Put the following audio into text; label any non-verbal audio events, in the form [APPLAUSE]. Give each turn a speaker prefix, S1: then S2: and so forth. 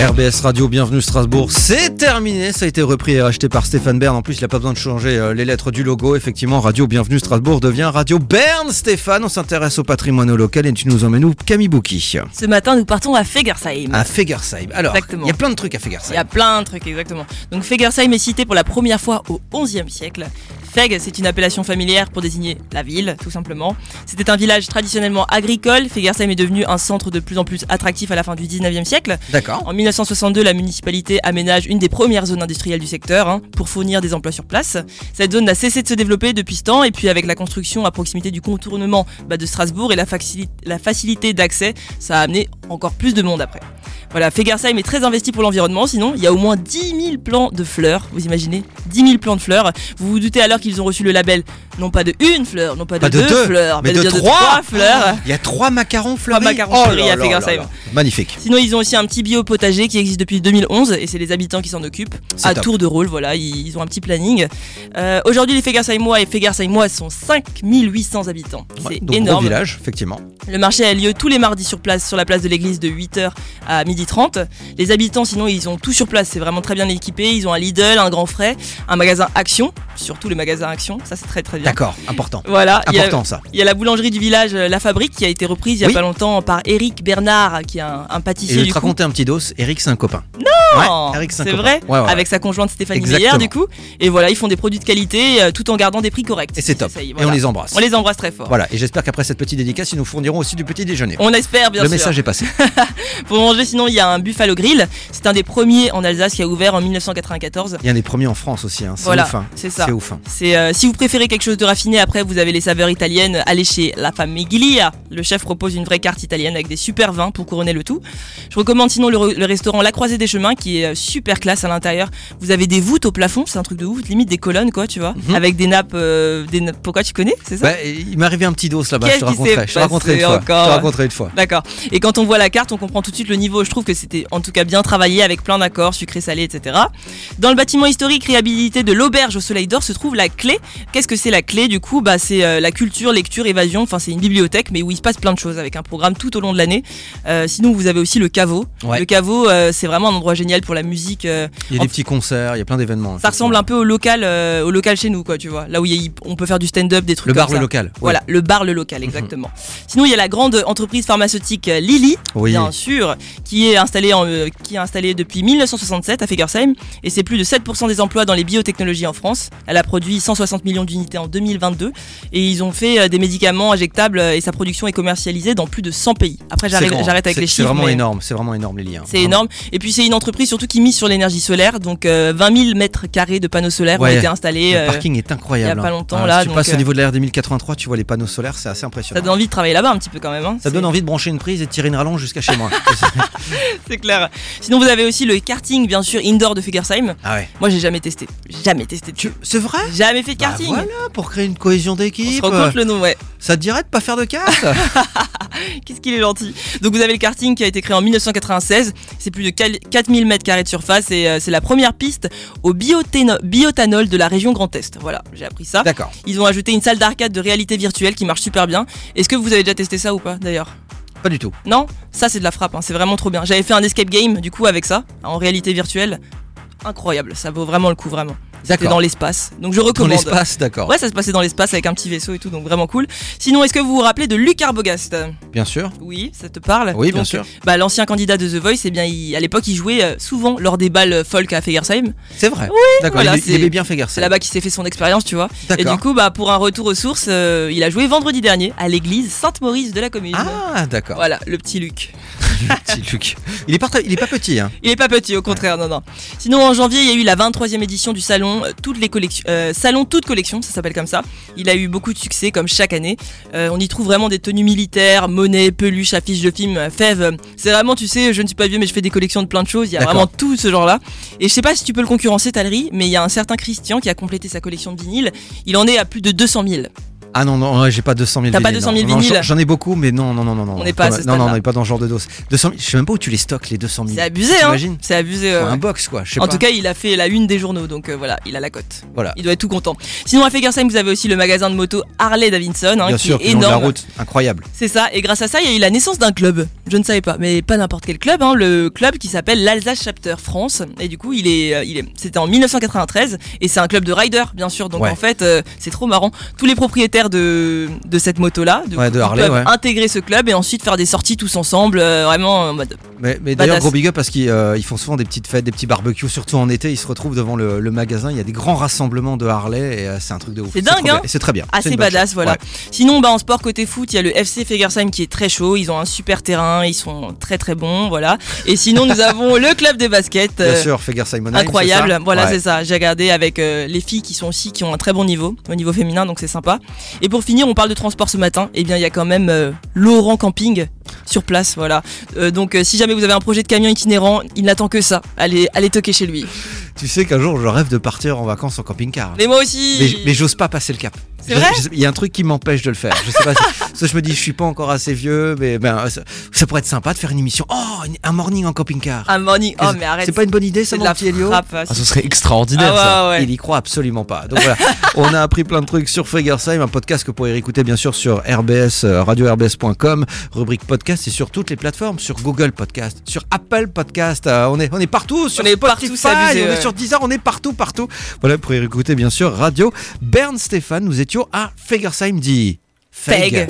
S1: RBS Radio, bienvenue Strasbourg. C'est terminé, ça a été repris et acheté par Stéphane Bern. En plus, il n'a pas besoin de changer euh, les lettres du logo. Effectivement, Radio Bienvenue Strasbourg devient Radio Bern. Stéphane, on s'intéresse au patrimoine local et tu nous emmènes où Camille Bouki
S2: Ce matin, nous partons à Fegersheim.
S1: À Fegersheim. Alors,
S2: Exactement.
S1: il y a plein de trucs à
S2: Il y a
S1: Fegersheim.
S2: plein de trucs, exactement. Donc Fegersheim est cité pour la première fois au XIe siècle. Feg, c'est une appellation familière pour désigner la ville, tout simplement. C'était un village traditionnellement agricole. Fegersheim est devenu un centre de plus en plus attractif à la fin du XIXe siècle.
S1: D'accord.
S2: En 1962, la municipalité aménage une des premières zones industrielles du secteur hein, pour fournir des emplois sur place. Cette zone n'a cessé de se développer depuis ce temps et puis avec la construction à proximité du contournement bah, de Strasbourg et la, facili- la facilité d'accès, ça a amené encore plus de monde après. Voilà, Fegersheim est très investi pour l'environnement, sinon il y a au moins 10 000 plants de fleurs, vous imaginez 10 000 plants de fleurs. Vous vous doutez alors qu'ils ont reçu le label non pas de une fleur, non pas de,
S1: Pas de
S2: deux,
S1: deux,
S2: fleurs,
S1: mais de
S2: bien
S1: trois.
S2: trois fleurs.
S1: Il y a trois macarons fleuris.
S2: macarons
S1: là
S2: fleuris
S1: là
S2: à
S1: là
S2: Fegersheim.
S1: là. Magnifique.
S2: Sinon, ils ont aussi un petit biopotager qui existe depuis 2011 et c'est les habitants qui s'en occupent
S1: C'est
S2: à
S1: top.
S2: tour de rôle. Voilà, ils, ils ont un petit planning. Euh, Aujourd'hui, les Fegersheimois et Fegersheimois sont 5800 habitants.
S1: Ouais,
S2: c'est
S1: donc, gros
S2: énorme.
S1: village, effectivement.
S2: Le marché a lieu tous les mardis sur place, sur la place de l'église de 8h à 12h30. Les habitants, sinon, ils ont tout sur place. C'est vraiment très bien équipé. Ils ont un Lidl, un Grand Frais, un magasin Action, surtout les magasins Action. Ça, c'est très très bien.
S1: D'accord, important.
S2: Voilà, il y a-
S1: Important ça.
S2: il y a la boulangerie du village, euh, La Fabrique, qui a été reprise il y a
S1: Oui.
S2: pas longtemps par Eric Bernard, qui est un, un
S1: Et
S2: pâtissier
S1: je vais
S2: du
S1: te
S2: coup.
S1: raconter un petit dos. Eric, c'est un copain.
S2: Non,
S1: Ouais, Eric, c'est un
S2: Oh, c'est
S1: copain.
S2: vrai, Ah, ben,
S1: Ouais, ouais, ouais.
S2: avec sa conjointe Stéphanie
S1: Exactement.
S2: Meyer du coup. Et voilà, ils font des produits de qualité euh, tout en gardant des prix corrects.
S1: Et c'est top.
S2: Ça y est,
S1: Et on
S2: voilà.
S1: les embrasse.
S2: On les embrasse très fort.
S1: Voilà, et j'espère qu'après cette petite dédicace, ils nous fourniront aussi du petit déjeuner.
S2: On espère bien
S1: Le
S2: sûr.
S1: message est passé.
S2: Pour manger, sinon il y a un Buffalo Grill. C'est un des premiers en Alsace qui a ouvert en 1994.
S1: Il y a un des premiers en France aussi, hein. c'est
S2: Voilà,
S1: ouf. hein.
S2: c'est ça.
S1: C'est ouf. hein.
S2: C'est euh, si vous préférez quelque chose de raffiné, après vous avez les saveurs italiennes. Allez chez La Famiglia. Le chef propose une vraie carte italienne avec des super vins pour couronner le tout. Je recommande sinon le, re- le restaurant La Croisée des Chemins qui est euh, super classe à l'intérieur. Vous avez des voûtes au plafond, c'est un truc de ouf, limite des colonnes quoi, tu vois,
S1: Mhm.
S2: avec des nappes. euh, des nappes- Pourquoi tu connais C'est ça
S1: Bah, il m'est arrivé un petit dos là-bas,
S2: Qu'est-ce
S1: je te
S2: qui
S1: raconterai.
S2: s'est
S1: Je te raconterai une
S2: passé
S1: fois.
S2: encore hein
S1: Je te raconterai une fois.
S2: D'accord. Et quand on voit la carte, on comprend tout de suite le niveau. Je trouve que c'était en tout cas bien travaillé avec plein d'accords, sucré, salé, etc. Dans le bâtiment historique réhabilité de l'auberge au Soleil d'Or se trouve la clé. Qu'est-ce que c'est la clé du coup Bah c'est euh, la culture, lecture, évasion. Enfin c'est une bibliothèque, mais où il se passe plein de choses avec un programme tout au long de l'année. Euh, sinon vous avez aussi le caveau.
S1: Ouais.
S2: Le caveau, euh, c'est vraiment un endroit génial pour la musique. euh,
S1: Il y a des petits concerts, il y a plein d'événements.
S2: ça ressemble un peu au local, euh, au local chez nous quoi, tu vois. Là où il y a- on peut faire du stand-up, des trucs
S1: Le bar,
S2: comme
S1: le Mhm.
S2: ça.
S1: local. oui.
S2: Voilà, le bar, le local, exactement. Sinon, il y a la grande entreprise pharmaceutique euh, Lilly,
S1: Oui.
S2: bien sûr, qui est installée, en, euh, qui est installée depuis 1967 à Fegersheim, et c'est plus de 7% des emplois dans les biotechnologies en France. Elle a produit 160 millions d'unités en 2022, et ils ont fait euh, des médicaments injectables, euh, et sa production est commercialisée dans plus de 100 pays. Après,
S1: C'est
S2: j'arrête
S1: grand.
S2: j'arrête avec
S1: C'est-
S2: les
S1: C'est
S2: chiffres.
S1: vraiment
S2: mais-
S1: énorme, c'est vraiment énorme les liens.
S2: c'est énorme. Et puis c'est une entreprise surtout qui mise sur l'énergie solaire. Donc euh, 20 000 mètres carrés de panneaux solaires
S1: Ouais.
S2: ont été installés.
S1: Le
S2: euh,
S1: parking est incroyable.
S2: il y a pas
S1: hein.
S2: longtemps,
S1: Ah,
S2: là,
S1: Si tu
S2: donc,
S1: passes au
S2: euh,
S1: niveau de l'ère 2083, tu vois les panneaux solaires, c'est assez
S2: ça
S1: impressionnant.
S2: donne envie de travailler là-bas un petit peu quand même. hein.
S1: Ça
S2: C'est-
S1: donne envie de brancher une prise et de tirer une rallonge jusqu'à chez
S2: [LAUGHS]
S1: moi.
S2: C'est clair. Sinon, vous avez aussi le karting, bien sûr, indoor de Fegersheim.
S1: ah ouais.
S2: Moi, j'ai jamais testé. Jamais testé.
S1: Tu- C'est vrai
S2: J'ai Jamais fait de
S1: Bah
S2: karting.
S1: voilà, pour créer une cohésion
S2: On se
S1: d'équipe.
S2: rend compte le nom, ouais.
S1: Ça te dirait de pas faire de carte
S2: Qu'est-ce qu'il est gentil. Donc, vous avez le karting qui a été créé en 1996. C'est plus de 4000 mètres carrés de surface et euh, c'est la première piste au bioténo- biotanol de la région Grand Est. Voilà, j'ai appris ça.
S1: D'accord.
S2: Ils ont ajouté une salle d'arcade de réalité virtuelle qui marche super bien. Est-ce que vous avez déjà testé ça ou pas d'ailleurs
S1: Pas du tout.
S2: Non Ça, c'est de la frappe, hein, c'est vraiment trop bien. J'avais fait un escape game du coup avec ça, en réalité virtuelle. Incroyable, ça vaut vraiment le coup, vraiment. C'était
S1: D'accord.
S2: dans l'espace. Donc je
S1: Dans
S2: recommande.
S1: l'espace, d'accord.
S2: Ouais, ça se passait dans l'espace avec un petit vaisseau et tout, donc vraiment cool. Sinon, est-ce que vous vous rappelez de Luc Arbogast
S1: Bien sûr.
S2: Oui, ça te parle
S1: Oui, bien
S2: Donc,
S1: sûr.
S2: Bah, l'ancien candidat de The Voice, eh bien, il- à l'époque, il jouait euh, souvent lors des balles folk à Fegersheim.
S1: C'est vrai.
S2: Oui,
S1: D'accord,
S2: voilà,
S1: il, il
S2: c'est-
S1: aimait bien fait garçon.
S2: C'est là-bas qu'il s'est fait son expérience, tu vois. Et
S1: D'accord.
S2: du coup, bah, pour un retour aux sources, euh, il a joué vendredi dernier à l'église Sainte-Maurice de la commune.
S1: Ah, d'accord.
S2: Voilà, le petit Luc.
S1: Petit Luc. Il est pas, très- il est pas petit, hein.
S2: Il est pas petit, au contraire, non, non. Sinon, en janvier, il y a eu la 23e édition du salon, euh, toutes les collections, euh, salon toutes collections, ça s'appelle comme ça. Il a eu beaucoup de succès, comme chaque année. Euh, on y trouve vraiment des tenues militaires, monnaies, peluches, affiches de films, euh, fèves. Euh, C'est vraiment, tu sais, je ne suis pas vieux, mais je fais des collections de plein de choses. Il y a
S1: D'accord.
S2: vraiment tout ce genre-là. Et je sais pas si tu peux le concurrencer, Talerie, mais il y a un certain Christian qui a complété sa collection de vinyles. Il en est à plus de 200 000.
S1: Ah non, non, ouais, j'ai pas 200 000
S2: T'as pas
S1: vinyles,
S2: 200 000
S1: non. Non,
S2: vinyles
S1: j'en- J'en ai beaucoup, mais non, non, non, non. non,
S2: On n'est pas à
S1: quand
S2: ce
S1: même. Non, non,
S2: stade-là.
S1: on n'est pas dans ce genre de dose. 200 000, je sais même pas où tu les stocks, les 200 000.
S2: C'est abusé, hein
S1: T'imagines
S2: C'est abusé.
S1: Faut
S2: euh,
S1: Un box, quoi. Je sais
S2: En
S1: pas.
S2: tout cas, il a fait la une des journaux, donc euh, voilà, il a la cote.
S1: voilà.
S2: Il doit être tout content. Sinon, à Fegersheim, vous avez aussi le magasin de moto Harley Davidson, hein,
S1: Bien
S2: qui
S1: sûr,
S2: est
S1: le long de la
S2: énorme.
S1: route, incroyable.
S2: C'est ça, et grâce à ça, il y a eu la naissance d'un club. Je ne savais pas, mais pas n'importe quel club, hein, le club qui s'appelle l'Alsace Chapter France. Et du coup, il est, euh, il est, c'était en 1993, et c'est un club de riders, bien sûr. Donc
S1: Ouais.
S2: en fait, euh, c'est trop marrant. Tous les propriétaires de, de cette moto-là, du
S1: Ouais,
S2: coup,
S1: de
S2: ils
S1: Harley,
S2: peuvent
S1: ouais.
S2: intégrer ce club et ensuite faire des sorties tous ensemble, euh, vraiment en mode
S1: Mais, mais d'ailleurs,
S2: Badass.
S1: gros big up parce qu'ils euh, ils font souvent des petites fêtes, des petits barbecues, surtout en été. Ils se retrouvent devant le, le magasin. Il y a des grands rassemblements de Harley et euh, c'est un truc de ouf.
S2: C'est dingue,
S1: trop bien.
S2: hein
S1: Et C'est très bien. C'est
S2: assez
S1: une bonne
S2: badass,
S1: chose.
S2: voilà.
S1: Ouais.
S2: Sinon, bah, en sport côté foot, il y a le FC Fegersheim qui est très chaud. Ils ont un super terrain, ils sont très très bons, voilà. Et
S1: [LAUGHS]
S2: sinon, nous avons le club de basket.
S1: Bien
S2: euh,
S1: sûr, Feger Simonheim. c'est
S2: Incroyable,
S1: ça
S2: voilà
S1: Ouais.
S2: c'est ça. J'ai regardé avec euh, les filles qui sont aussi qui ont un très bon niveau au niveau féminin, donc c'est sympa. Et pour finir, on parle de transport ce matin. Et bien, il y a quand même euh, Laurent Camping sur place, voilà. Euh, donc, euh, si jamais vous avez un projet de camion itinérant, il n'attend que ça. Allez, allez toquer chez lui.
S1: Tu sais qu'un jour, je rêve de partir en vacances en camping-car.
S2: Mais moi aussi.
S1: Mais, j- mais j'ose pas passer le cap.
S2: C'est
S1: Je-
S2: vrai
S1: je- Il y a un truc qui m'empêche de le faire. Je sais pas. si- parce que je me dis, je suis pas encore assez vieux, mais ben, ça, ça pourrait être sympa de faire une émission. Oh, une- un morning en camping-car.
S2: Ah, morning. Oh, mais arrête.
S1: C'est pas une bonne idée,
S2: c'est
S1: ça,
S2: de
S1: mon
S2: la
S1: petit Elio
S2: frappe. Ah,
S3: Ah, ce serait extraordinaire ça.
S2: ouais, ouais.
S1: Il y croit absolument pas. Donc
S2: [LAUGHS]
S1: voilà, on a appris plein de trucs sur Fegersheim, un podcast que vous pourrez écouter bien sûr sur RBS, euh, radio-rbs.com, rubrique podcast et sur toutes les plateformes, sur Google Podcast, sur Apple Podcast. euh, on, est, on est partout, sur
S2: On est partout,
S1: Spotify,
S2: c'est abusé,
S1: on est
S2: ouais.
S1: sur Deezer, on est partout, partout. Voilà, vous pourrez écouter bien sûr Radio Bern Stéphane. Nous étions à Fegersheim dit
S2: Feg.